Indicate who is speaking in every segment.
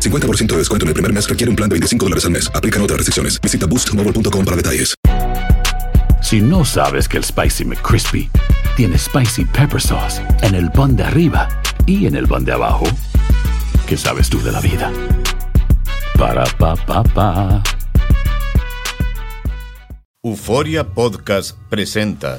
Speaker 1: 50% de descuento en el primer mes requiere un plan de 25 dólares al mes. Aplican otras restricciones. Visita boostmobile.com para detalles.
Speaker 2: Si no sabes que el Spicy McCrispy tiene Spicy Pepper Sauce en el pan de arriba y en el pan de abajo, ¿qué sabes tú de la vida? Para, pa, pa, pa.
Speaker 3: Euforia Podcast presenta.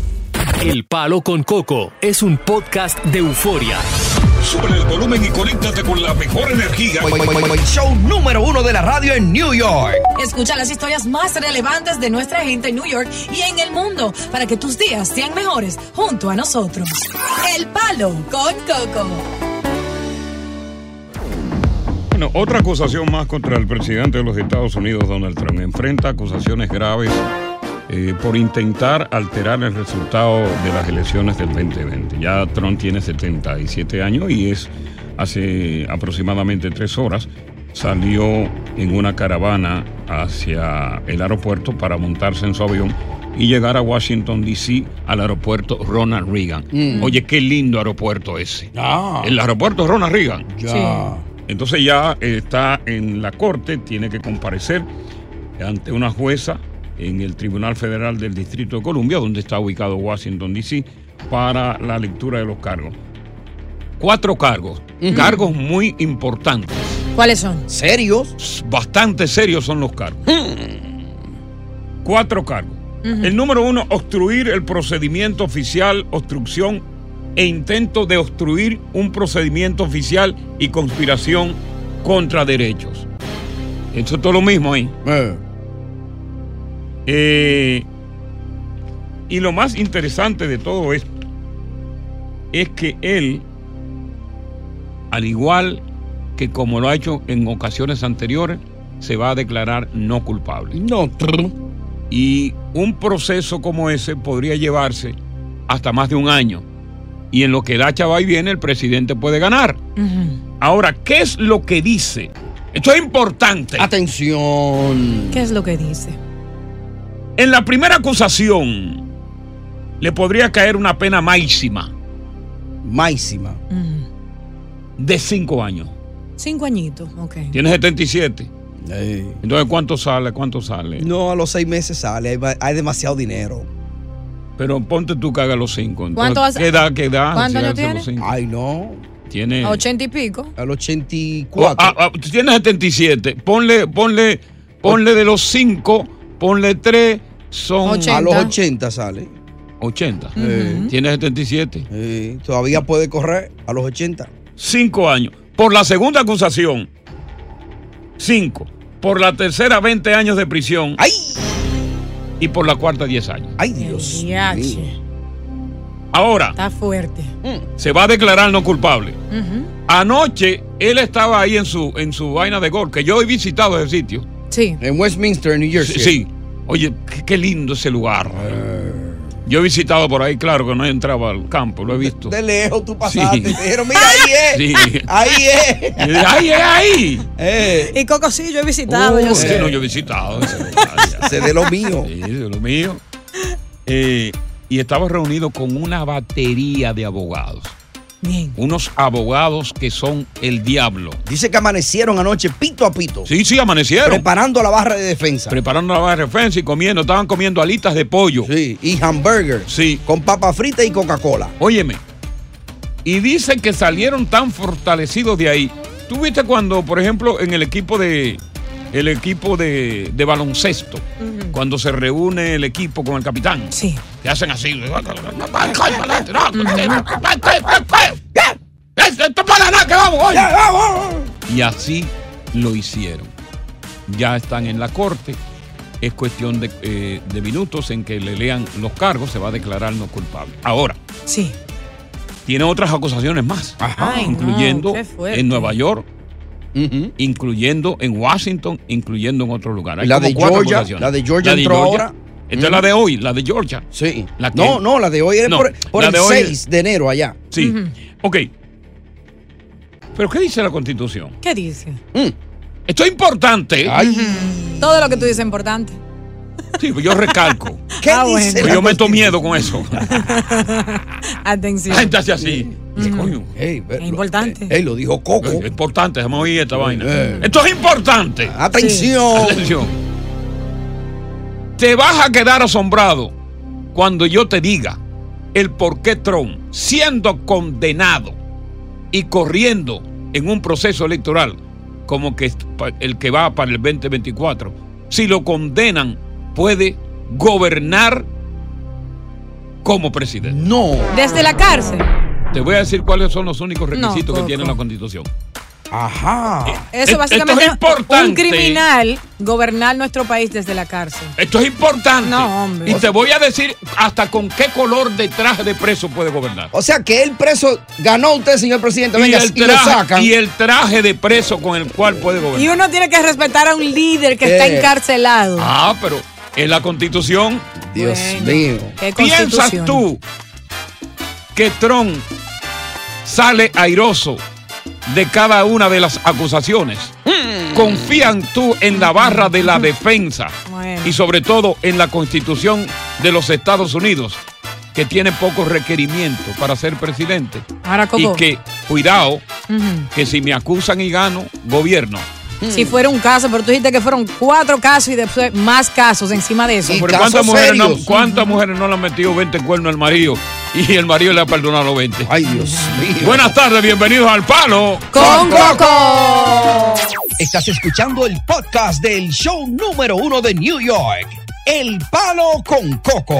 Speaker 4: El Palo con Coco es un podcast de euforia.
Speaker 5: Sube el volumen y conéctate con la mejor energía.
Speaker 6: Show número uno de la radio en New York.
Speaker 7: Escucha las historias más relevantes de nuestra gente en New York y en el mundo para que tus días sean mejores junto a nosotros. El Palo con Coco.
Speaker 5: Bueno, otra acusación más contra el presidente de los Estados Unidos, Donald Trump. Enfrenta acusaciones graves eh, por intentar alterar el resultado de las elecciones del 2020. Ya Trump tiene 77 años y es hace aproximadamente tres horas salió en una caravana hacia el aeropuerto para montarse en su avión y llegar a Washington, D.C., al aeropuerto Ronald Reagan. Oye, qué lindo aeropuerto ese. Ah. El aeropuerto Ronald Reagan. Entonces ya está en la corte, tiene que comparecer ante una jueza en el Tribunal Federal del Distrito de Columbia, donde está ubicado Washington, D.C., para la lectura de los cargos. Cuatro cargos, cargos muy importantes,
Speaker 7: ¿Cuáles son?
Speaker 6: ¿Serios?
Speaker 5: bastante serios son los cargos. Cuatro cargos. El número uno, obstruir el procedimiento oficial, obstrucción e intento de obstruir un procedimiento oficial y conspiración contra derechos. Eso es todo lo mismo ahí. Eh, y lo más interesante de todo esto es que él, al igual que como lo ha hecho en ocasiones anteriores, se va a declarar no culpable.
Speaker 6: No.
Speaker 5: Y un proceso como ese podría llevarse hasta más de un año. Y en lo que la va y viene, el presidente puede ganar. Ahora, ¿qué es lo que dice? Esto es importante.
Speaker 6: Atención.
Speaker 7: ¿Qué es lo que dice?
Speaker 5: En la primera acusación le podría caer una pena máxima
Speaker 6: Máxima.
Speaker 7: Ujú. Mm.
Speaker 5: de cinco años.
Speaker 7: Cinco añitos, ok.
Speaker 5: Tiene 77. Entonces, ¿cuánto sale? ¿Cuánto sale?
Speaker 6: No, a los seis meses sale. Hay, va- hay demasiado dinero.
Speaker 5: Pero ponte tú que haga los cinco. Entonces,
Speaker 7: ¿Cuánto vas-
Speaker 5: ¿Qué edad? ¿Qué edad?
Speaker 7: ¿Cuántos
Speaker 5: Si
Speaker 7: años
Speaker 5: hace los
Speaker 7: tiene?
Speaker 5: cinco.
Speaker 7: Ah,
Speaker 6: Ay, no.
Speaker 5: Tiene...
Speaker 7: A ochenta y pico.
Speaker 6: Al
Speaker 5: Oh,
Speaker 6: 84.
Speaker 5: ah, ah, tú tienes 77. Ponle, ponle, ponle de los cinco, ponle tres, son
Speaker 7: Ocho.
Speaker 6: a los
Speaker 7: 80.
Speaker 6: 80 sale.
Speaker 5: 80.
Speaker 6: Eh,
Speaker 5: Tiene 77.
Speaker 6: eh, todavía puede correr a los 80.
Speaker 5: Cinco años. Por la segunda acusación, cinco. Por la tercera, 20 años de prisión.
Speaker 6: ¡Ay!
Speaker 5: Y por la cuarta, 10 años.
Speaker 6: ¡Ay,
Speaker 7: El
Speaker 6: Dios!
Speaker 7: VIH.
Speaker 6: mío.
Speaker 5: Ahora,
Speaker 7: Está fuerte.
Speaker 6: Mm.
Speaker 5: se va a declarar no culpable.
Speaker 7: Ujú.
Speaker 5: Anoche, él estaba ahí en su, en su vaina de golf, que yo he visitado ese sitio.
Speaker 7: Sí.
Speaker 6: En Westminster, New Jersey.
Speaker 5: Sí. sí. Oye, qué, qué lindo ese lugar. eh. Yo he visitado por ahí, claro que no entraba al campo, lo he visto.
Speaker 6: De lejos tú pasaste.
Speaker 5: Sí.
Speaker 6: Ah, Te dijeron, mira, ahí es.
Speaker 5: Sí.
Speaker 6: Ahí es.
Speaker 5: Y dije, ¡Ay, es ahí!
Speaker 6: Eh,
Speaker 7: Y Coco sí, yo he visitado.
Speaker 5: Uh,
Speaker 7: yo
Speaker 5: sí,
Speaker 7: sé.
Speaker 5: no, yo he visitado. ese lugar, ya.
Speaker 6: se de lo mío.
Speaker 5: Sí, de lo mío. Eh, y estaba reunido con una batería de abogados.
Speaker 7: Bien.
Speaker 5: Unos abogados que son el diablo.
Speaker 6: Dice que amanecieron anoche pito a pito.
Speaker 5: Sí, sí, amanecieron.
Speaker 6: Preparando la barra de defensa.
Speaker 5: preparando la barra de defensa y comiendo. Estaban comiendo alitas de pollo.
Speaker 6: Sí, y hamburger.
Speaker 5: Sí.
Speaker 6: Con papa frita y Coca-Cola.
Speaker 5: Óyeme. Y dicen que salieron tan fortalecidos de ahí. ¿Tú viste cuando, por ejemplo, en el equipo de el equipo de, de baloncesto, cuando se reúne el equipo con el capitán,
Speaker 7: Sí.
Speaker 5: que hacen así. Y así lo hicieron. Ya están en la corte. Es cuestión de, eh, de minutos en que le lean los cargos, se va a declarar no culpable. Ahora,
Speaker 7: Sí.
Speaker 5: tiene otras acusaciones más,
Speaker 7: Ay, no,
Speaker 5: incluyendo
Speaker 7: qué fuerte.
Speaker 5: en Nueva York,
Speaker 6: Ujú.
Speaker 5: incluyendo en Washington, incluyendo en otro lugar. Hay
Speaker 6: La
Speaker 5: como
Speaker 6: de
Speaker 5: cuatro
Speaker 6: Georgia,
Speaker 5: acusaciones.
Speaker 6: la de Georgia entró ahora.
Speaker 5: Esta es
Speaker 6: Ujú.
Speaker 5: la de hoy, la de Georgia.
Speaker 6: Sí.
Speaker 5: ¿La
Speaker 6: no,
Speaker 5: qué?
Speaker 6: no, la de hoy es
Speaker 5: No,
Speaker 6: por, por
Speaker 5: la
Speaker 6: el
Speaker 5: de hoy-
Speaker 6: 6 de enero allá.
Speaker 5: Sí.
Speaker 7: Ujú.
Speaker 5: Ok. Pero ¿qué dice la Constitución?
Speaker 7: ¿Qué dice?
Speaker 5: Esto es importante.
Speaker 6: Mm. Ay,
Speaker 7: Todo lo que tú dices es importante.
Speaker 5: Sí, pues yo recalco.
Speaker 6: ¿qué
Speaker 7: Ah,
Speaker 6: dice?
Speaker 7: bueno.
Speaker 6: la
Speaker 5: Pero yo meto
Speaker 6: Constitución?
Speaker 5: miedo con eso. La
Speaker 7: Atención.
Speaker 5: gente hace así. Dice, coño,
Speaker 6: Ey, ve-
Speaker 7: Es importante.
Speaker 6: Ey, lo dijo Coco.
Speaker 5: es importante, déjame oír esta vaina.
Speaker 6: Eh.
Speaker 5: Esto es importante.
Speaker 6: Atención.
Speaker 5: Atención. Te vas a quedar asombrado cuando yo te diga el por qué Trump, siendo condenado y corriendo en un proceso electoral como que est- pa- el que va para el 2024, si lo condenan, puede gobernar como presidente.
Speaker 6: No.
Speaker 7: Desde la cárcel.
Speaker 5: Te voy a decir cuáles son los únicos
Speaker 7: No,
Speaker 5: requisitos que
Speaker 7: Coco.
Speaker 5: tiene la Constitución.
Speaker 6: Ajá.
Speaker 5: Esto es
Speaker 7: Eso básicamente
Speaker 5: importante.
Speaker 7: un criminal gobernar nuestro país desde la cárcel.
Speaker 5: Esto es importante.
Speaker 7: No, hombre.
Speaker 5: Y te voy a decir hasta con qué color de traje de preso puede gobernar.
Speaker 6: O sea que el preso ganó usted, señor presidente.
Speaker 5: Y
Speaker 6: Venga,
Speaker 5: el,
Speaker 6: y, lo
Speaker 5: traje,
Speaker 6: sacan.
Speaker 5: y el traje de preso con el cual puede
Speaker 7: Y
Speaker 5: gobernar.
Speaker 7: uno tiene que respetar a un líder que está
Speaker 6: Eh.
Speaker 7: encarcelado.
Speaker 5: Ah, pero en la constitución,
Speaker 6: Dios
Speaker 7: Bueno,
Speaker 6: mío.
Speaker 7: qué
Speaker 5: ¿piensas
Speaker 7: constitución.
Speaker 5: tú que Trump sale airoso de cada una de las acusaciones?
Speaker 7: Mm.
Speaker 5: ¿Confían tú en la barra de la defensa
Speaker 7: Bueno.
Speaker 5: y sobre todo en la constitución de los Estados Unidos, que tiene pocos requerimientos para ser presidente?
Speaker 7: Ahora,
Speaker 5: y
Speaker 7: Coco,
Speaker 5: que, cuidado,
Speaker 7: ujú,
Speaker 5: que si me acusan y gano, gobierno.
Speaker 8: Mm.
Speaker 7: si fuera un caso, pero tú dijiste que fueron cuatro casos y después más casos encima de eso.
Speaker 6: Y
Speaker 5: Pero
Speaker 6: casos
Speaker 5: ¿cuántas mujeres, no,
Speaker 6: serios.
Speaker 5: cuántas mujeres no le han metido 20 cuernos al marido y el marido le ha perdonado los 20?
Speaker 6: Ay, Dios mío.
Speaker 5: Buenas tardes, bienvenidos al Palo.
Speaker 7: ¡Con Coco!
Speaker 6: Estás escuchando el podcast del show número uno de New York. El palo con coco.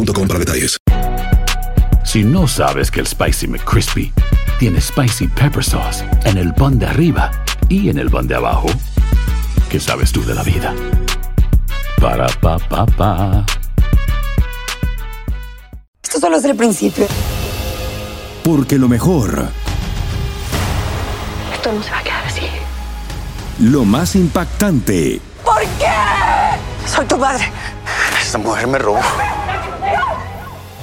Speaker 1: para detalles.
Speaker 2: Si no sabes que el Spicy McCrispy tiene spicy pepper sauce en el pan de arriba y en el pan de abajo, ¿qué sabes tú de la vida? Para pa pa pa.
Speaker 9: Esto solo es el principio.
Speaker 10: Porque lo mejor,
Speaker 9: Esto no se va a quedar así.
Speaker 10: lo más impactante,
Speaker 9: ¿Por qué? Soy tu padre.
Speaker 11: Esta mujer me robó.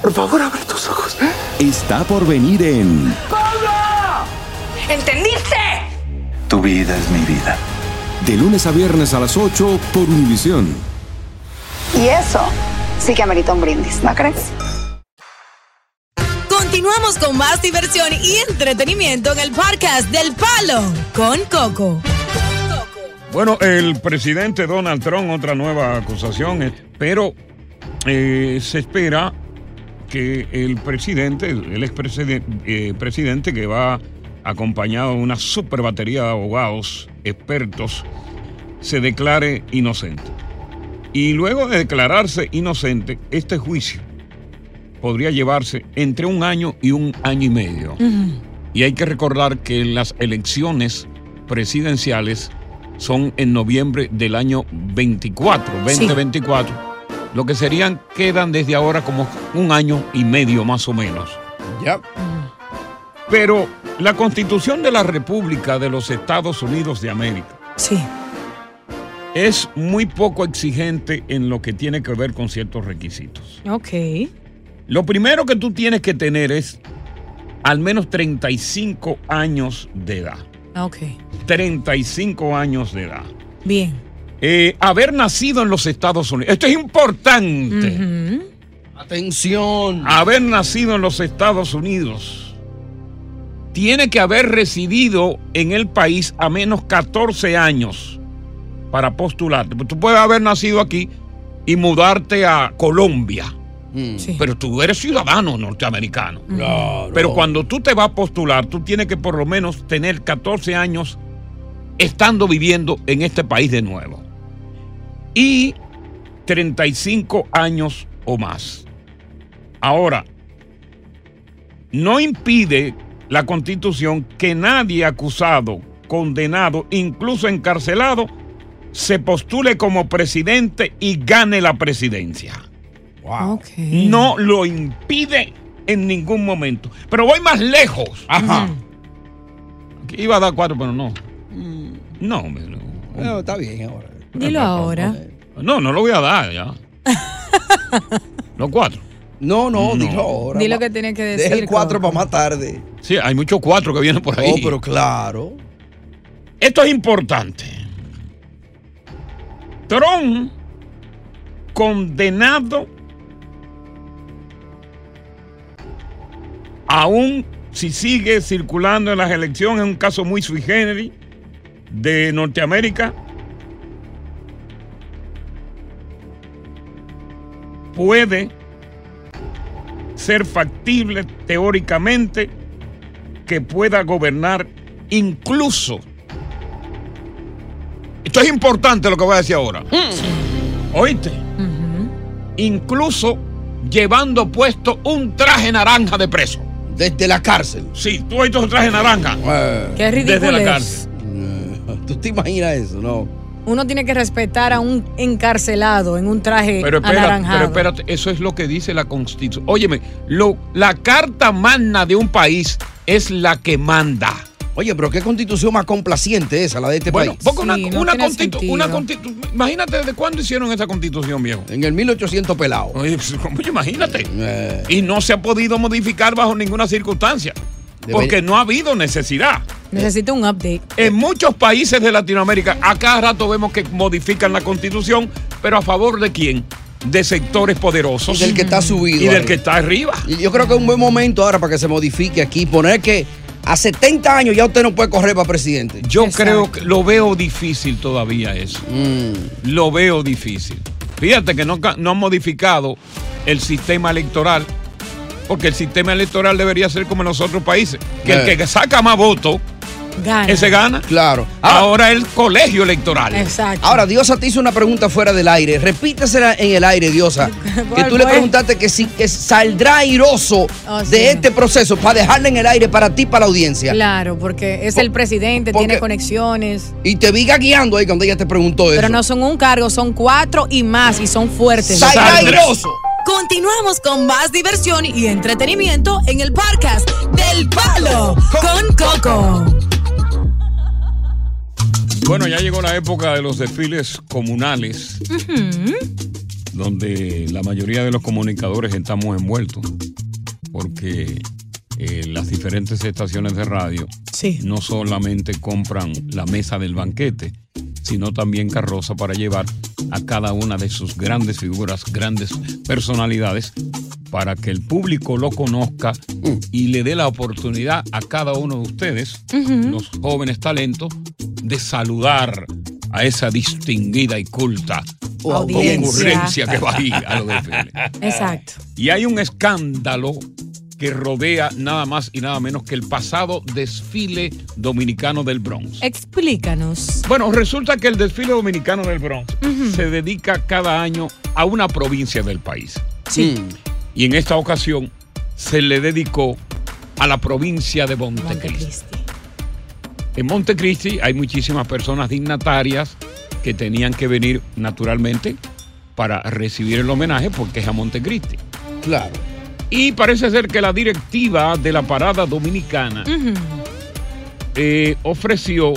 Speaker 11: Por favor, abre tus ojos. ¿eh?
Speaker 10: está por venir
Speaker 12: eh,
Speaker 10: en
Speaker 9: ¿Entendiste?
Speaker 11: Tu vida es mi vida.
Speaker 10: de lunes a viernes a las 8 por Univisión.
Speaker 9: Y eso sí que amerita un brindis, ¿no crees?
Speaker 7: Continuamos con más diversión y entretenimiento en el podcast del Palo con Coco.
Speaker 5: Bueno, el presidente Donald Trump, otra nueva acusación, eh, pero eh, se espera que el presidente, el expresidente presidente que va acompañado de una super batería de abogados expertos, se declare inocente. Y luego de declararse inocente, este juicio podría llevarse entre un año y un año y medio. Y hay que recordar que las elecciones presidenciales son en noviembre del año 24,
Speaker 7: Sí.
Speaker 5: 2024, lo que serían, quedan desde ahora como un año y medio más o menos.
Speaker 8: Ya.
Speaker 5: Pero la constitución de la República de los Estados Unidos de América.
Speaker 7: Sí.
Speaker 5: Es muy poco exigente en lo que tiene que ver con ciertos requisitos.
Speaker 7: Ok.
Speaker 5: Lo primero que tú tienes que tener es al menos 35 años de edad.
Speaker 7: Ok.
Speaker 5: 35 años de edad.
Speaker 7: Bien.
Speaker 5: Eh, haber nacido en los Estados Unidos. Esto es importante.
Speaker 8: Atención.
Speaker 5: Haber nacido en los Estados Unidos. Tiene que haber residido en el país a menos 14 años para postularte. Pues Tú puedes haber nacido aquí y mudarte a Colombia. Pero tú eres ciudadano norteamericano.
Speaker 8: Claro.
Speaker 5: Pero cuando tú te vas a postular, tú tienes que por lo menos tener 14 años estando viviendo en este país de nuevo. Y 35 años o más. Ahora, no impide la constitución que nadie acusado, condenado, incluso encarcelado, se postule como presidente y gane la presidencia. No
Speaker 8: Eh.
Speaker 5: lo impide en ningún momento. Pero voy más lejos. Ajá. Iba a dar cuatro, pero no. No, hombre, no.
Speaker 8: No, está bien ahora.
Speaker 7: Dilo ahora.
Speaker 5: No, no lo voy a dar ya. Los cuatro.
Speaker 8: No, no, dilo ahora.
Speaker 7: Di lo que tienes que decir.
Speaker 8: Deja el 4 para más tarde.
Speaker 5: Sí, hay muchos cuatro que vienen por ahí.
Speaker 8: Oh, pero claro.
Speaker 5: Esto es importante. Trump condenado aún si sigue circulando en las elecciones, es un caso muy sui generis de Norteamérica. Puede ser factible teóricamente que pueda gobernar incluso. Esto es importante lo que voy a decir ahora.
Speaker 8: Mm.
Speaker 5: ¿Oíste? Incluso llevando puesto un traje naranja de preso.
Speaker 8: Desde la cárcel. Eh.
Speaker 5: Sí, tú oíste un traje naranja.
Speaker 7: Qué ridículo
Speaker 5: Desde la
Speaker 7: es.
Speaker 5: cárcel.
Speaker 8: ¿Tú te imaginas eso? No.
Speaker 7: Uno tiene que respetar a un encarcelado en un traje
Speaker 5: Pero espérate,
Speaker 7: anaranjado.
Speaker 5: pero espérate, eso es lo que dice la Constitución. Óyeme, lo, la carta magna de un país es la que manda.
Speaker 8: Oye, pero qué constitución más complaciente esa, la de este
Speaker 5: Bueno,
Speaker 8: país.
Speaker 5: porque una,
Speaker 7: Sí, no
Speaker 5: una
Speaker 7: tiene
Speaker 5: constitu-
Speaker 7: sentido.
Speaker 5: una constitu- imagínate desde cuándo hicieron esta constitución, viejo.
Speaker 8: En el 1800 pelado.
Speaker 5: Oye, pues, coño, imagínate.
Speaker 8: Eh.
Speaker 5: Y no se ha podido modificar bajo ninguna circunstancia, porque no ha habido necesidad.
Speaker 7: Necesito un update.
Speaker 5: En muchos países de Latinoamérica, a cada rato vemos que modifican la constitución, pero a favor de quién? De sectores poderosos.
Speaker 8: Y del que está subido
Speaker 5: Y del
Speaker 8: arriba.
Speaker 5: que está arriba.
Speaker 8: Y Yo creo que es un buen momento ahora para que se modifique aquí. Poner que a 70 años ya usted no puede correr para presidente.
Speaker 5: Yo creo que lo veo difícil todavía eso.
Speaker 8: Mm.
Speaker 5: Lo veo difícil. Fíjate que no, ca- no han modificado el sistema electoral, porque el sistema electoral debería ser como en los otros países, que
Speaker 8: Eh.
Speaker 5: el que saca más votos,
Speaker 7: Gana.
Speaker 5: ese gana.
Speaker 8: Claro. Ah.
Speaker 5: Ahora el colegio electoral.
Speaker 7: Exacto.
Speaker 8: Ahora, Diosa te hizo una pregunta fuera del aire. Repítesela en el aire, Diosa. Que tú
Speaker 7: ¿Cuál
Speaker 8: le
Speaker 7: fue?
Speaker 8: preguntaste que si que saldrá airoso
Speaker 7: pues. Oh,
Speaker 8: de
Speaker 7: sí.
Speaker 8: este proceso para dejarla en el aire para ti, para la audiencia.
Speaker 7: Claro, porque es el presidente,
Speaker 8: porque-
Speaker 7: tiene conexiones.
Speaker 8: Y te vi guiando ahí cuando ella te preguntó eso.
Speaker 7: Pero no son un cargo, son cuatro y más, y son fuertes.
Speaker 8: ¡Saldrá
Speaker 5: Saldrá.
Speaker 8: airoso!
Speaker 7: Continuamos con más diversión y entretenimiento en el podcast del Palo con Coco.
Speaker 5: Bueno, ya llegó la época de los desfiles comunales, donde la mayoría de los comunicadores estamos envueltos, porque eh, las diferentes estaciones de radio
Speaker 7: Sí.
Speaker 5: no solamente compran la mesa del banquete, sino también carroza para llevar a cada una de sus grandes figuras, grandes personalidades, para que el público lo conozca y le dé la oportunidad a cada uno de ustedes, los jóvenes talentos, de saludar a esa distinguida y culta
Speaker 7: Audiencia.
Speaker 5: concurrencia que va ahí a los desfiles.
Speaker 7: Exacto.
Speaker 5: Y hay un escándalo que rodea nada más y nada menos que el pasado desfile dominicano del Bronx.
Speaker 7: Explícanos.
Speaker 5: Bueno, resulta que el desfile dominicano del Bronx se dedica cada año a una provincia del país.
Speaker 7: Sí.
Speaker 5: Y en esta ocasión se le dedicó a la provincia de Montecristi.
Speaker 7: Montecristi.
Speaker 5: En Montecristi hay muchísimas personas dignatarias que tenían que venir naturalmente para recibir el homenaje porque es a Montecristi.
Speaker 8: Claro.
Speaker 5: Y parece ser que la directiva de la parada dominicana
Speaker 7: Mm.
Speaker 5: eh, ofreció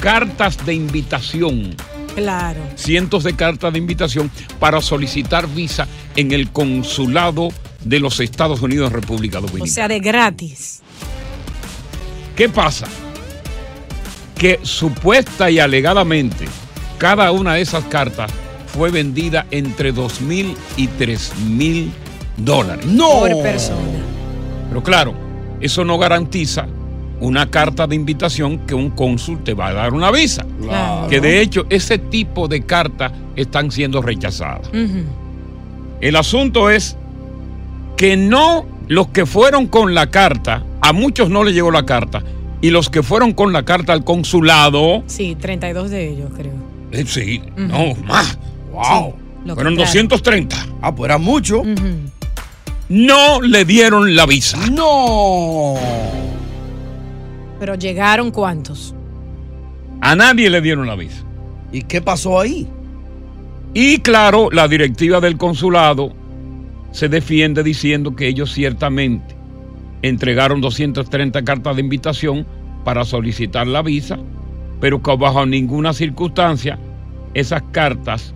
Speaker 5: cartas de invitación,
Speaker 7: Claro.
Speaker 5: cientos de cartas de invitación para solicitar visa en el consulado de los Estados Unidos en República Dominicana.
Speaker 7: O sea, de gratis. Pues-
Speaker 5: ¿Qué pasa? Que supuesta y alegadamente cada una de esas cartas fue vendida entre 2 mil y 3 mil dólares.
Speaker 8: ¡No!
Speaker 7: Por persona.
Speaker 5: Pero claro, eso no garantiza una carta de invitación que un cónsul te va a dar una visa.
Speaker 7: Claro.
Speaker 5: Que de hecho ese tipo de cartas están siendo rechazadas. El asunto es que no los que fueron con la carta, a muchos no les llegó la carta, y los que fueron con la carta al consulado,
Speaker 7: Sí, 32 de ellos, creo.
Speaker 5: eh, sí, no, más, wow,
Speaker 7: lo
Speaker 5: fueron
Speaker 7: contrario.
Speaker 5: 230.
Speaker 8: Ah, pues era mucho.
Speaker 5: No le dieron la visa.
Speaker 8: No.
Speaker 7: Pero llegaron cuántos.
Speaker 5: A nadie le dieron la visa.
Speaker 8: ¿Y qué pasó ahí?
Speaker 5: Y claro, la directiva del consulado se defiende diciendo que ellos ciertamente entregaron 230 cartas de invitación para solicitar la visa, pero que bajo ninguna circunstancia esas cartas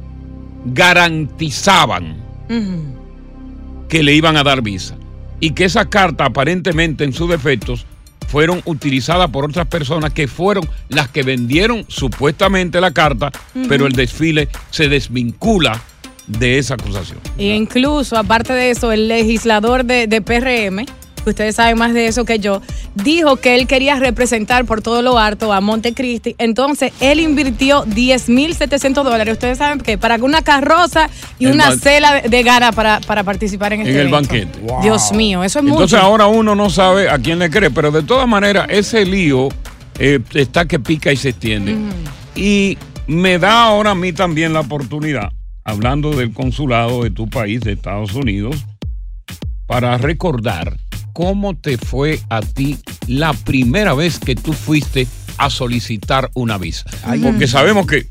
Speaker 5: garantizaban
Speaker 7: Ujú.
Speaker 5: que le iban a dar visa y que esas cartas aparentemente en sus defectos fueron utilizadas por otras personas que fueron las que vendieron supuestamente la carta,
Speaker 7: Ujú.
Speaker 5: pero el desfile se desvincula de esa acusación.
Speaker 7: Y E incluso, aparte de eso, el legislador de, de PRM, que ustedes saben más de eso que yo, dijo que él quería representar por todo lo harto a Montecristi. Entonces, él invirtió 10.700 dólares. Ustedes saben que para una carroza y
Speaker 5: El
Speaker 7: una
Speaker 5: ban-
Speaker 7: cela de- de gara para, para participar en,
Speaker 5: En
Speaker 7: este
Speaker 5: el
Speaker 7: evento.
Speaker 5: banquete.
Speaker 7: Dios mío, eso es
Speaker 5: Entonces
Speaker 7: mucho.
Speaker 5: ahora uno no sabe a quién le cree, pero de todas maneras ese lío eh, está que pica y se extiende. Y me da ahora a mí también la oportunidad, hablando del consulado de tu país, de Estados Unidos, para recordar cómo te fue a ti la primera vez que tú fuiste a solicitar una visa.
Speaker 8: Ay.
Speaker 5: Porque sabemos que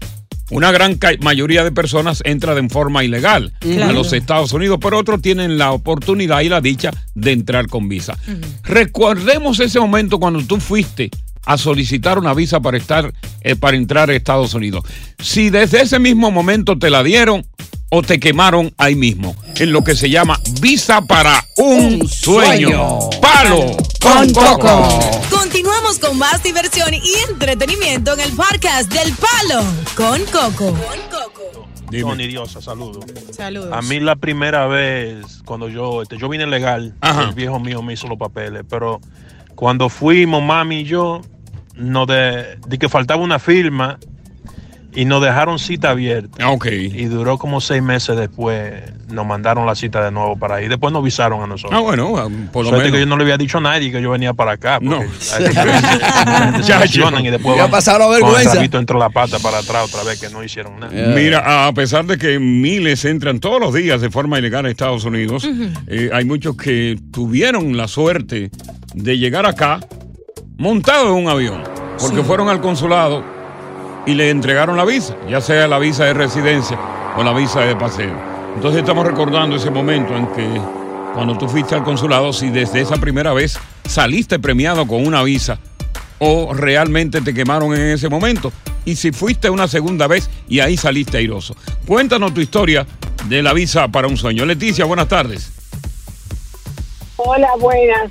Speaker 5: una gran ca- mayoría de personas entra de forma ilegal
Speaker 8: Claro.
Speaker 5: a los Estados Unidos, pero otros tienen la oportunidad y la dicha de entrar con visa. Recordemos ese momento cuando tú fuiste a solicitar una visa para estar eh, para entrar a Estados Unidos. Si desde ese mismo momento te la dieron o te quemaron ahí mismo, en lo que se llama visa para un, sueño. Palo con coco.
Speaker 7: Continuamos con más diversión y entretenimiento en el podcast del Palo con Coco.
Speaker 13: Tony Diosa, saludos.
Speaker 7: Saludos.
Speaker 13: A mí la primera vez, cuando yo, este, yo vine legal,
Speaker 5: Ajá.
Speaker 13: el viejo mío me hizo los papeles, pero cuando fuimos, mami y yo, nos de, di que faltaba una firma y nos dejaron cita
Speaker 5: Ah,
Speaker 13: abierta. Y duró como seis meses después, nos mandaron la cita de nuevo para ahí. Después nos visaron a nosotros.
Speaker 5: Ah, bueno, ah, por lo
Speaker 13: Suerte
Speaker 5: menos.
Speaker 13: que yo no le había dicho a nadie que yo venía para acá. No.
Speaker 5: Ya,
Speaker 13: y después
Speaker 5: ya
Speaker 13: van
Speaker 5: pasaron
Speaker 13: con el
Speaker 5: vergüenza.
Speaker 13: rabito entre la pata para atrás otra vez que no hicieron nada.
Speaker 5: Mira, a pesar de que miles entran todos los días de forma ilegal a Estados Unidos,
Speaker 13: Ujú.
Speaker 5: eh, hay muchos que tuvieron la suerte de llegar acá montados en un avión, porque fueron al consulado y le entregaron la visa, ya sea la visa de residencia o la visa de paseo. Entonces estamos recordando ese momento en que cuando tú fuiste al consulado, si desde esa primera vez saliste premiado con una visa o realmente te quemaron en ese momento. Y si fuiste una segunda vez y ahí saliste airoso. Cuéntanos tu historia de la visa para un sueño. Leticia, buenas tardes.
Speaker 14: Hola, buenas.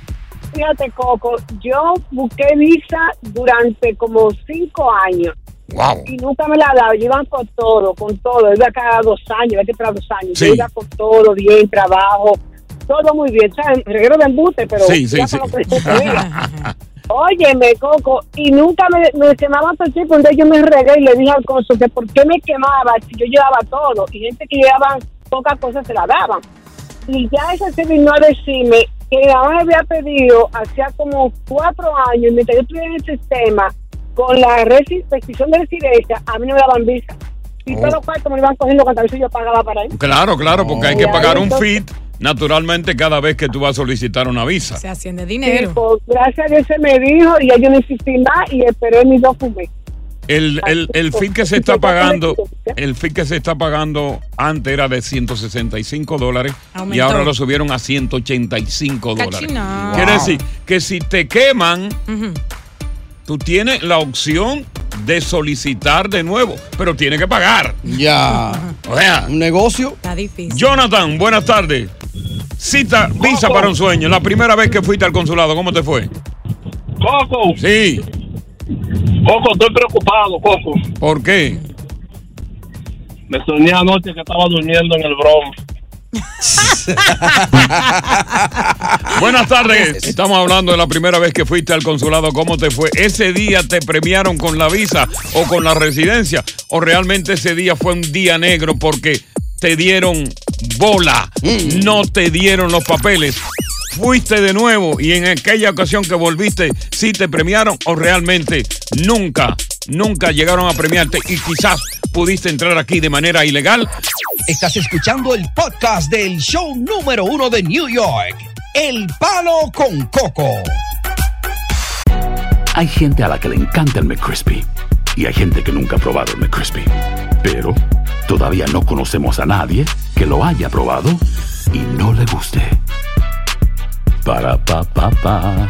Speaker 14: Fíjate, Coco, yo busqué visa durante como cinco años.
Speaker 5: Wow.
Speaker 14: Y nunca me la han dado. Yo iba con todo, con todo. Iba cada dos años, iba cada dos años. Yo
Speaker 5: Sí.
Speaker 14: iba con todo, bien, trabajo, todo muy bien. O sea, reguero de embute, pero
Speaker 5: Sí, sí,
Speaker 14: iba
Speaker 5: sí.
Speaker 14: con lo que yo tenía. Óyeme, Coco, y nunca me, me quemaba todo el tiempo. Entonces yo me regué y le dije al cónsul que por qué me quemaba si yo llevaba todo. Y gente que llevaba pocas cosas se la daban. Y ya ese se vino a decirme que la mamá había pedido hacía como cuatro años, y mientras yo estuve en el sistema, con la resi- restricción de residencia, a mí no me daban visa. Y
Speaker 5: Oh.
Speaker 14: todos los cuartos me lo iban cogiendo cuando a veces yo pagaba para ir.
Speaker 5: Claro, claro, porque hay que
Speaker 14: Oh. Ya,
Speaker 5: pagar un
Speaker 14: entonces-
Speaker 5: fit naturalmente cada vez que tú vas a solicitar una visa.
Speaker 7: Se asciende dinero.
Speaker 14: Sí, pues, gracias a Dios se me dijo y ya yo no insistí más y esperé mis documentos.
Speaker 5: El, el, el feed que se está pagando, el feed que se está pagando antes era de 165 dólares y
Speaker 15: Aumentó.
Speaker 5: ahora lo subieron a 185 dólares.
Speaker 15: Cachina.
Speaker 5: Quiere
Speaker 15: Wow.
Speaker 5: decir que si te queman, tú tienes la opción de solicitar de nuevo, pero tienes que pagar.
Speaker 8: Ya.
Speaker 5: O sea,
Speaker 8: un negocio.
Speaker 7: Está difícil.
Speaker 5: Jonathan, buenas tardes. Cita Visa para un sueño. La primera vez que fuiste al consulado, ¿cómo te fue?
Speaker 16: Coco.
Speaker 5: Sí.
Speaker 16: Coco, estoy preocupado, Coco.
Speaker 5: ¿Por qué?
Speaker 16: Me soñé anoche que estaba durmiendo en el Bronx.
Speaker 5: Buenas tardes. Estamos hablando de la primera vez que fuiste al consulado. ¿Cómo te fue? ¿Ese día te premiaron con la visa o con la residencia? ¿O realmente ese día fue un día negro porque te dieron bola? No te dieron los papeles. Fuiste de nuevo y en aquella ocasión que volviste, sí te premiaron o realmente nunca, nunca llegaron a premiarte y quizás pudiste entrar aquí de manera ilegal.
Speaker 6: Estás escuchando el podcast del show número uno de New York, El Palo con Coco.
Speaker 2: Hay gente a la que le encanta el McCrispy y hay gente que nunca ha probado el McCrispy. Pero todavía no conocemos a nadie que lo haya probado y no le guste. Para pa pa pa.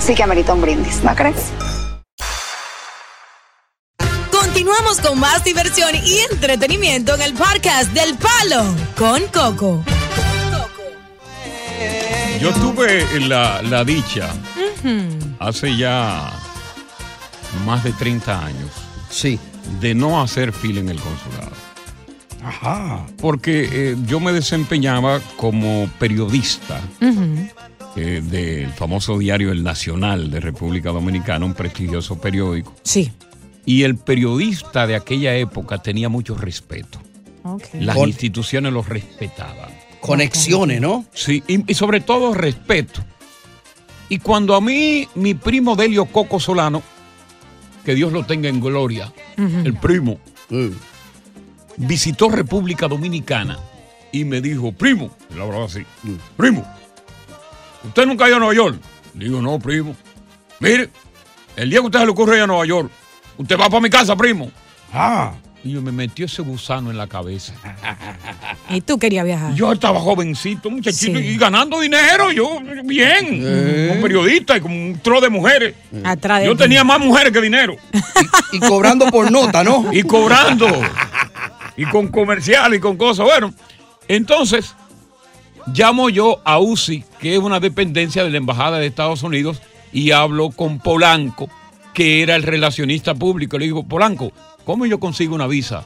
Speaker 9: sí que amerita un brindis, ¿no crees?
Speaker 7: Continuamos con más diversión y entretenimiento en el podcast del Palo con Coco.
Speaker 5: Yo tuve la, la dicha hace ya más de 30 años
Speaker 8: sí.
Speaker 5: de no hacer fila en el consulado. Ajá. Porque eh, yo me desempeñaba como periodista eh, del famoso diario El Nacional de República Dominicana, un prestigioso periódico.
Speaker 7: Sí.
Speaker 5: Y el periodista de aquella época tenía mucho respeto. Las
Speaker 8: Con-
Speaker 5: instituciones los respetaban.
Speaker 8: Conexiones, ¿no?
Speaker 5: Sí, y, y sobre todo respeto. Y cuando a mí, mi primo Delio Coco Solano, que Dios lo tenga en gloria, el primo, mm, visitó República Dominicana y me dijo, primo, él hablaba así, primo, ¿usted nunca ha ido a Nueva York? Digo, no, primo. Mire, el día que a usted se le ocurre ir a Nueva York, usted va para mi casa, primo. Ah. Y yo me metió ese gusano en la cabeza.
Speaker 7: Y tú querías viajar.
Speaker 5: Yo estaba jovencito, muchachito, y ganando dinero, yo bien, como periodista y como un tro de mujeres.
Speaker 7: Atrás de
Speaker 5: Yo
Speaker 7: ti.
Speaker 5: tenía más mujeres que dinero. Y, cobrando por nota, ¿no? Y cobrando. Y con comercial y con cosas. Bueno, entonces llamo yo a UCI, que es una dependencia de la Embajada de Estados Unidos, y hablo con Polanco, que era el relacionista público. Le digo, Polanco, ¿cómo yo consigo una visa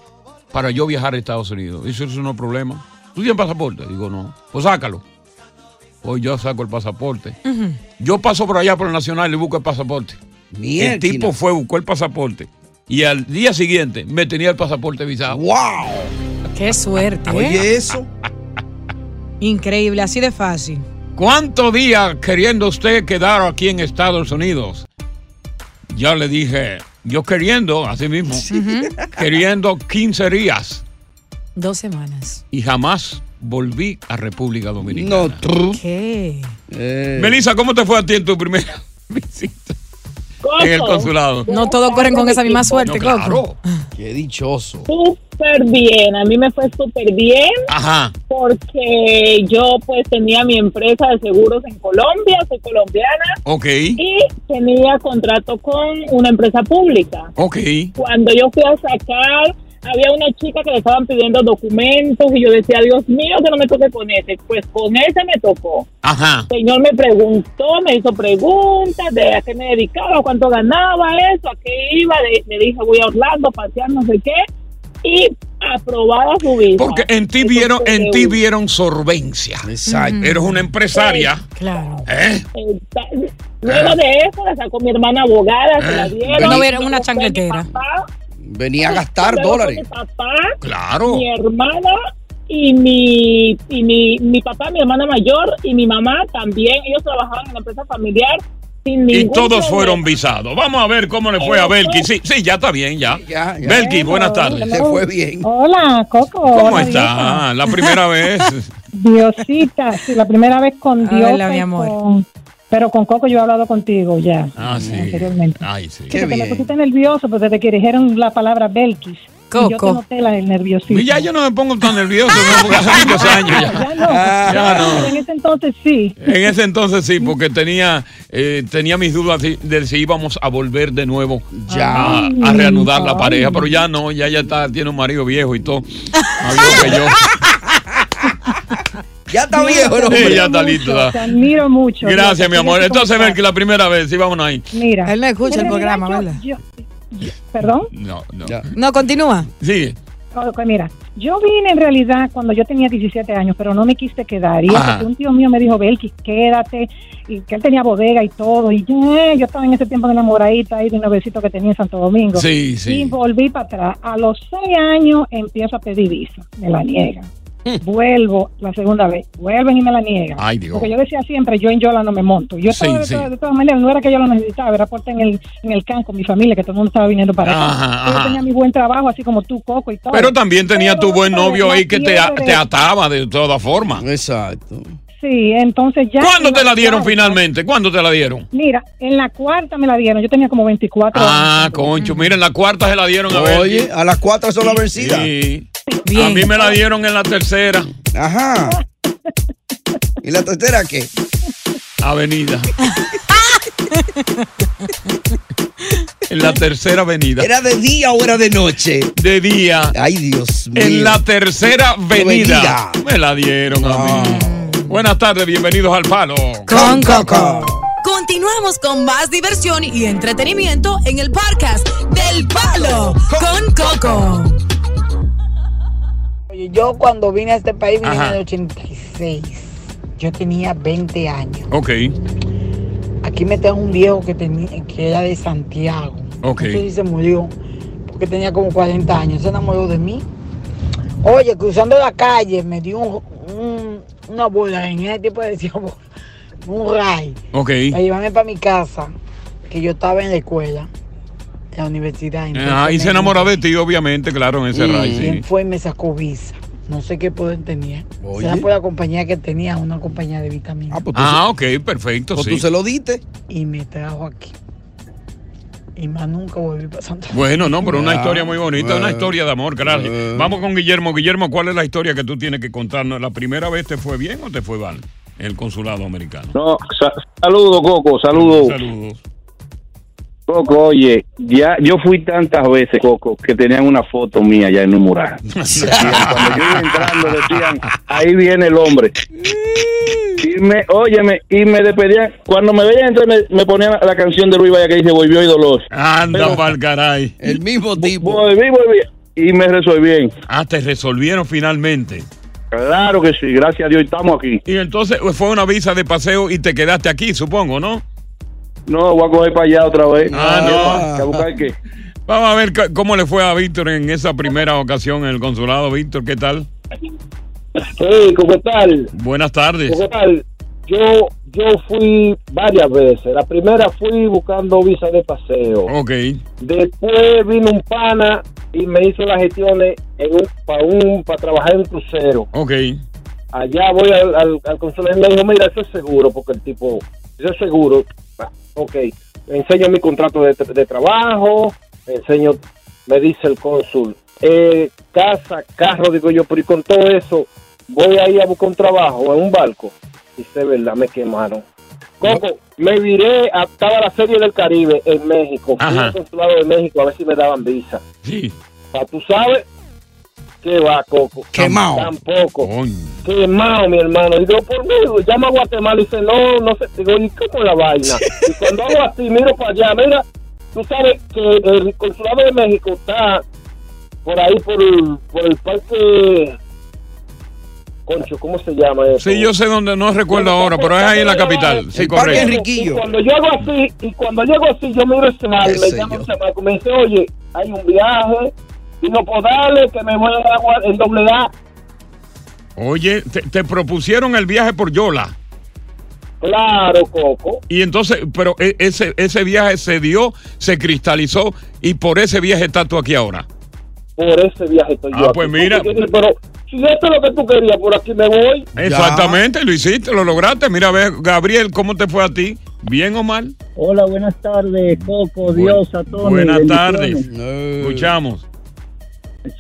Speaker 5: para yo viajar a Estados Unidos? Dice, eso no es problema. ¿Tú tienes pasaporte? Digo, no. Pues sácalo. Hoy yo saco el pasaporte. Yo paso por allá por el Nacional y busco el pasaporte. El
Speaker 8: Mierda.
Speaker 5: tipo fue, buscó el pasaporte. Y al día siguiente me tenía el pasaporte visado.
Speaker 8: ¡Wow!
Speaker 7: Qué
Speaker 5: Ah,
Speaker 7: suerte. ¿eh?
Speaker 8: eso.
Speaker 7: Increíble, así de fácil.
Speaker 5: ¿Cuántos días queriendo usted quedar aquí en Estados Unidos? Ya le dije, yo queriendo, así mismo, queriendo 15 días
Speaker 7: Dos semanas.
Speaker 5: y jamás volví a República Dominicana.
Speaker 7: ¿Qué?
Speaker 5: Melissa, ¿cómo te fue a ti en tu primera visita en el consulado?
Speaker 7: No todos corren con esa misma suerte,
Speaker 5: No, claro.
Speaker 7: Coco.
Speaker 8: Qué dichoso.
Speaker 15: súper bien, a mí me fue súper bien
Speaker 8: Ajá.
Speaker 15: porque yo pues tenía mi empresa de seguros en Colombia, soy colombiana
Speaker 5: Ok.
Speaker 15: y tenía contrato con una empresa pública.
Speaker 5: Ok.
Speaker 15: Cuando yo fui a sacar, había una chica que le estaban pidiendo documentos y yo decía, Dios mío, que no me toque con ese. Pues con ese me tocó.
Speaker 5: Ajá.
Speaker 15: El señor me preguntó, me hizo preguntas de a qué me dedicaba, cuánto ganaba eso, a qué iba. Le, le dije, voy a Orlando, a pasear, no sé qué. Y aprobada su visa.
Speaker 5: Porque en ti vieron, en ti vieron sorbencia.
Speaker 15: Exacto.
Speaker 5: Eres una empresaria.
Speaker 7: Claro.
Speaker 5: ¿Eh?
Speaker 15: Exacto. Luego de eso la sacó mi hermana abogada, se
Speaker 5: Ah.
Speaker 15: la dieron.
Speaker 7: No era una
Speaker 15: Luego fue mi
Speaker 7: chancletera.
Speaker 15: papá,
Speaker 8: Venía a gastar
Speaker 15: Luego fue
Speaker 8: dólares.
Speaker 15: Mi papá,
Speaker 5: Claro.
Speaker 15: mi hermana y mi y mi, mi papá, mi hermana mayor y mi mamá también. Ellos trabajaban en la empresa familiar sin ningún
Speaker 5: Y todos
Speaker 15: problema.
Speaker 5: fueron visados. Vamos a ver cómo le fue a
Speaker 15: Eso.
Speaker 5: Belki. Sí, sí, ya está bien, ya.
Speaker 8: ya, ya.
Speaker 5: Belki, buenas tardes.
Speaker 8: Se fue bien.
Speaker 17: Hola, Coco.
Speaker 5: ¿Cómo
Speaker 17: Hola,
Speaker 5: está? Ah, La primera vez.
Speaker 17: Dios. Diosita, sí, la primera vez con
Speaker 7: Hola,
Speaker 17: Dios.
Speaker 7: mi
Speaker 17: y
Speaker 7: amor.
Speaker 17: con- pero con Coco yo he hablado contigo ya.
Speaker 5: Ah, sí.
Speaker 17: Anteriormente.
Speaker 5: Ay, sí.
Speaker 17: Porque me pusiste nervioso porque desde que dijeron la palabra Belkis. y Yo te
Speaker 5: Coco.
Speaker 17: noté la, el nerviosismo.
Speaker 5: Y ya yo no me pongo tan nervioso, ¿no? porque hace muchos años ya.
Speaker 17: Ya Ah, no.
Speaker 5: Ya no.
Speaker 17: En ese entonces sí.
Speaker 5: En ese entonces sí, porque tenía, eh, tenía mis dudas si- de si íbamos a volver de nuevo
Speaker 8: Ya.
Speaker 5: a, a reanudar la
Speaker 17: Ay.
Speaker 5: pareja, pero ya no, ya ya está, tiene un marido viejo y todo. Más viejo que yo.
Speaker 8: Ya está
Speaker 5: viejo el hombre. Sí, ya está listo, ya.
Speaker 17: Te admiro mucho.
Speaker 5: Gracias,
Speaker 17: Dios,
Speaker 5: mi
Speaker 17: te
Speaker 5: amor.
Speaker 17: tienes que
Speaker 5: Entonces, ven que la primera vez, sí, vámonos ahí.
Speaker 17: Mira.
Speaker 7: Él no escucha
Speaker 17: en
Speaker 7: el
Speaker 17: realidad
Speaker 7: programa,
Speaker 17: yo-
Speaker 7: ¿verdad?
Speaker 17: yo- yo- ¿Perdón?
Speaker 5: No, no.
Speaker 7: No, continúa.
Speaker 5: Sí.
Speaker 17: Ok, mira, yo vine en realidad cuando yo tenía 17 años, pero no me quise quedar. Y eso
Speaker 5: Ajá.
Speaker 17: que un tío mío me dijo, Belkis, quédate, y que él tenía bodega y todo. Y eh, yo estaba en ese tiempo enamoradita ahí de un novecito que tenía en Santo Domingo.
Speaker 5: Sí, sí.
Speaker 17: Y volví para atrás. A los 6 años empiezo a pedir visa, me la niegan. Vuelvo la segunda vez, vuelven y me la niegan.
Speaker 5: Mm. Ay, Dios.
Speaker 17: Porque yo decía siempre, yo en Yola no me monto. Yo
Speaker 5: Sí,
Speaker 17: estaba de
Speaker 5: sí.
Speaker 17: todas- de todas maneras, no era que yo lo necesitaba, era porque en el, en el can con mi familia, que todo el mundo estaba viniendo para acá.
Speaker 5: Ajá,
Speaker 17: Yo
Speaker 5: ajá.
Speaker 17: tenía mi buen trabajo, así como tú, Coco y todo.
Speaker 5: Pero también tenía tu buen novio
Speaker 17: la
Speaker 5: ahí que te, a-
Speaker 17: fiebre.
Speaker 5: te ataba de todas formas.
Speaker 8: Exacto.
Speaker 17: Sí, entonces ya...
Speaker 5: ¿Cuándo te la dieron
Speaker 17: Claro.
Speaker 5: finalmente? ¿Cuándo te la dieron?
Speaker 17: Mira, en la cuarta me la dieron, yo tenía como 24 años.
Speaker 5: Ah, concho, miren, la cuarta se la dieron a ver.
Speaker 8: Oye, a las cuatro son las vencidas.
Speaker 5: Sí. A mí me la dieron en la tercera
Speaker 8: Ajá. ¿Y la tercera qué?
Speaker 5: avenida. en la tercera avenida.
Speaker 8: ¿Era de día o era de noche?
Speaker 5: De día.
Speaker 8: Ay, Dios mío.
Speaker 5: En la tercera
Speaker 8: Avenida. Ah.
Speaker 5: avenida. Me la dieron a mí. Buenas tardes, bienvenidos al Palo.
Speaker 7: Con Coco. Continuamos con más diversión y entretenimiento en el podcast del Palo con Coco.
Speaker 9: Oye, yo cuando vine a este país vine
Speaker 5: Ajá.
Speaker 9: en el 86. Yo tenía 20 años.
Speaker 5: Ok,
Speaker 9: Aquí me tengo un viejo que, tenía, que era de Santiago.
Speaker 5: ok.
Speaker 9: Ese sí se murió porque tenía como 40 años. Se enamoró de mí. Oye, cruzando la calle me dio un- un- una bola. En ese tipo decía bola, un ray.
Speaker 5: Ok.
Speaker 9: Para llevarme para mi casa, que yo estaba en la escuela, en la universidad. entonces
Speaker 5: Ah, y
Speaker 9: me
Speaker 5: se enamoró de ti, obviamente, claro, en ese
Speaker 9: Y
Speaker 5: raíz.
Speaker 9: él fue y me sacó visa. No sé qué poder tenía.
Speaker 5: Oye.
Speaker 9: Era por la compañía que tenía, una compañía de vitaminas.
Speaker 8: Pues
Speaker 5: Ah, ok, perfecto. sí.
Speaker 9: diste. Y me trajo aquí. Y más nunca volví para Santo
Speaker 5: Bueno, no, pero una
Speaker 9: Ya.
Speaker 5: historia muy bonita, una historia de amor, gracias. Vamos con Guillermo. Guillermo, ¿cuál es la historia que tú tienes que contarnos? ¿La primera vez te fue bien o te fue mal en el consulado americano?
Speaker 18: No, sa- saludo, Coco, saludo.
Speaker 5: Saludos.
Speaker 18: Coco, oye, ya yo fui tantas veces, Coco, que tenían una foto
Speaker 12: eh,
Speaker 18: mía ya en un mural. Cuando yo iba entrando decían, ahí viene el hombre. Y me, óyeme, y me despedían, cuando me veían entrar me, me ponían la canción de Luis Vaya que dice Volvió y Dolor.
Speaker 5: Anda,
Speaker 18: Pero-
Speaker 5: pa'l caray.
Speaker 8: El mismo tipo.
Speaker 18: Volví, volví, y me resolví bien.
Speaker 5: Ah, te resolvieron finalmente.
Speaker 18: Claro que sí, gracias a Dios estamos aquí.
Speaker 5: Y entonces pues, fue una visa de paseo y te quedaste aquí, supongo, ¿no?
Speaker 18: No, voy a coger para allá otra vez.
Speaker 5: Ah,
Speaker 18: ¿A buscar qué?
Speaker 5: Vamos a ver c- cómo le fue a Víctor en esa primera ocasión en el consulado. Víctor, ¿qué tal?
Speaker 19: Hey, ¿cómo tal?
Speaker 5: Buenas tardes.
Speaker 19: ¿Cómo tal? Yo, yo fui varias veces. La primera fui buscando visa de paseo.
Speaker 5: Ok.
Speaker 19: Después vino un pana y me hizo las gestiones en un, para un, para trabajar en un crucero.
Speaker 5: Ok.
Speaker 19: Allá voy al, al, al consulado y me dijo, mira, eso es seguro, porque el tipo, eso es seguro. Ah, Ok, enseño mi contrato de, tra- de trabajo, enseño me dice el cónsul, eh, casa, carro, digo yo, pero y con todo eso, voy a ir a buscar un trabajo en un barco. Dice, verdad, me quemaron. Coco, me viré, a- estaba la serie del Caribe en México, fui
Speaker 20: Ajá.
Speaker 19: al consulado de México a ver si me daban visa.
Speaker 5: Sí.
Speaker 19: Pa, tú sabes que va, Coco.
Speaker 8: Quemao.
Speaker 19: Tampoco. Quemao, mi hermano. Y digo, por mí, digo, llama a Guatemala y dice, no, no sé. Digo, ¿y cómo es la vaina? y cuando hago así, miro para allá, mira, tú sabes que el consulado de México está por ahí, por el, por el parque. Concho, ¿cómo se llama eso?
Speaker 5: Sí, yo sé dónde, no recuerdo ahora, pero es ahí en la capital. Sí, correcto.
Speaker 19: Y cuando llego así, y cuando llego así, yo miro ese mal,
Speaker 5: Qué
Speaker 19: me
Speaker 5: sé
Speaker 19: llama un chamaco, me dice, oye, hay un viaje, y no puedo darle, que me voy a dar agua- el doble A.
Speaker 5: Oye, te, te propusieron el viaje por Yola.
Speaker 19: Claro, Coco.
Speaker 5: Y entonces, pero e- ese, ese viaje se dio, se cristalizó y por ese viaje estás tú aquí ahora.
Speaker 19: Por ese viaje estoy
Speaker 5: Ah,
Speaker 19: yo.
Speaker 5: pues
Speaker 19: aquí.
Speaker 5: mira.
Speaker 19: Porque, Pero si esto es lo que tú querías, por aquí me voy.
Speaker 5: Exactamente, lo hiciste, lo lograste. Mira, a ver, Gabriel, ¿cómo te fue a ti? ¿Bien o mal?
Speaker 21: Hola, buenas tardes, Coco, Dios, a todos.
Speaker 5: Buenas
Speaker 21: bendiciones.
Speaker 5: tardes. Escuchamos.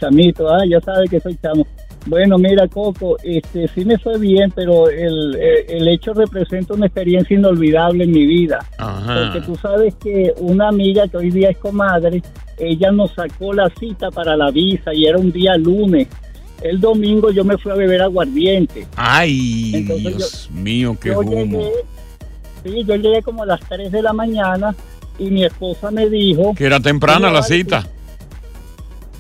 Speaker 21: Chamito, ah, ya sabe que soy chamo. Bueno, mira, Coco, este sí me fue bien, pero el, eh, el hecho representa una experiencia inolvidable en mi vida.
Speaker 5: Ajá.
Speaker 21: Porque tú sabes que una amiga que hoy día es comadre, ella nos sacó la cita para la visa y era un día lunes. El domingo yo me fui a beber aguardiente.
Speaker 5: Ay,
Speaker 21: Entonces
Speaker 5: Dios mío, qué
Speaker 21: yo
Speaker 5: humo.
Speaker 21: llegué, sí, yo llegué como a las 3 de la mañana y mi esposa me dijo...
Speaker 5: Que era temprana la cita.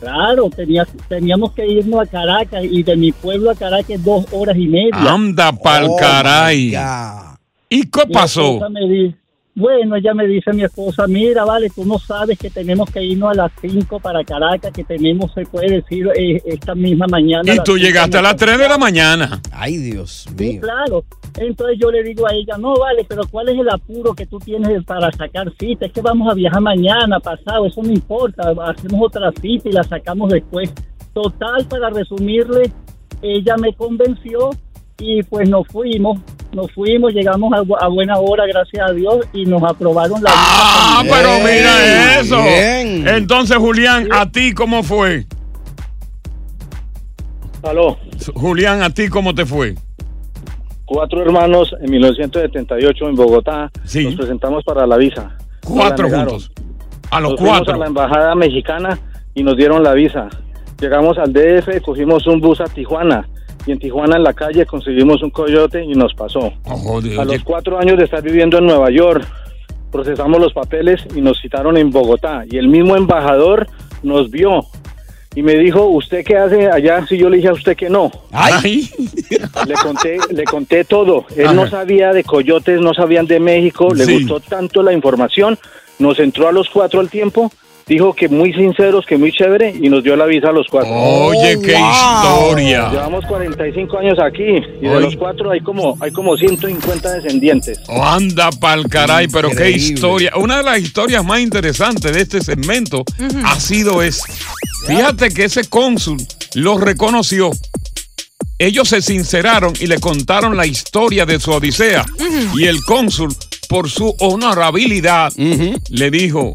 Speaker 21: Claro, tenía- teníamos que irnos a Caracas y de mi pueblo a Caracas es dos horas y media.
Speaker 5: Anda pa'l
Speaker 21: Oh,
Speaker 5: caray.
Speaker 21: my
Speaker 5: ¿Y qué
Speaker 21: Mi
Speaker 5: pasó?
Speaker 21: esposa me di- bueno, ella me dice mi esposa, mira, vale, tú no sabes que tenemos que irnos a las 5 para Caracas, que tenemos, se puede decir, eh, esta misma mañana. a
Speaker 5: Y
Speaker 21: las
Speaker 5: tú
Speaker 21: cinco
Speaker 5: llegaste a
Speaker 21: en
Speaker 5: las
Speaker 21: Caracas".
Speaker 5: 3 de la mañana.
Speaker 8: Ay, Dios
Speaker 21: Sí, claro. Entonces yo le digo a ella, no, vale, pero ¿cuál es el apuro que tú tienes para sacar cita? Es que vamos a viajar mañana, pasado, eso no importa. Hacemos otra cita y la sacamos después. Total, para resumirle, ella me convenció y pues nos fuimos. Nos fuimos, llegamos a, bu- a buena hora, gracias a Dios, y nos aprobaron la...
Speaker 5: Ah, pero mira eso. Entonces, Julián, ¿a ti cómo fue?
Speaker 22: Aló.
Speaker 5: Julián, ¿a ti cómo te fue?
Speaker 22: Cuatro hermanos en 1978 en Bogotá nos presentamos para la visa. Nos la
Speaker 5: Cuatro
Speaker 22: negaron.
Speaker 5: juntos. A los
Speaker 22: Nos fuimos
Speaker 5: cuatro.
Speaker 22: a la embajada mexicana y nos dieron la visa. Llegamos al DF, cogimos un bus a Tijuana y en Tijuana en la calle conseguimos un coyote y nos pasó.
Speaker 5: Joder,
Speaker 22: A
Speaker 5: oye,
Speaker 22: los cuatro años de estar viviendo en Nueva York, procesamos los papeles y nos citaron en Bogotá. Y el mismo embajador nos vio y me dijo, ¿usted qué hace allá? Si yo le dije a usted que no.
Speaker 5: ¡Ay!
Speaker 22: Le conté, le conté todo. Él
Speaker 5: Ajá.
Speaker 22: no sabía de coyotes, no sabían de México. Le
Speaker 5: Sí.
Speaker 22: gustó tanto la información. Nos entró a los cuatro al tiempo. Dijo que muy sinceros, que muy chévere y nos dio la visa a los cuatro.
Speaker 5: Oye,
Speaker 19: Oh,
Speaker 5: qué historia.
Speaker 22: Llevamos 45 años aquí y de
Speaker 5: Oye.
Speaker 22: los cuatro hay como hay como 150 descendientes.
Speaker 5: Oh, anda pa'l caray, pero qué
Speaker 22: Increíble.
Speaker 5: historia. Una de las historias más interesantes de este segmento ha sido es, fíjate que ese cónsul los reconoció. Ellos se sinceraron y le contaron la historia de su odisea. Y el cónsul, por su honorabilidad, le dijo,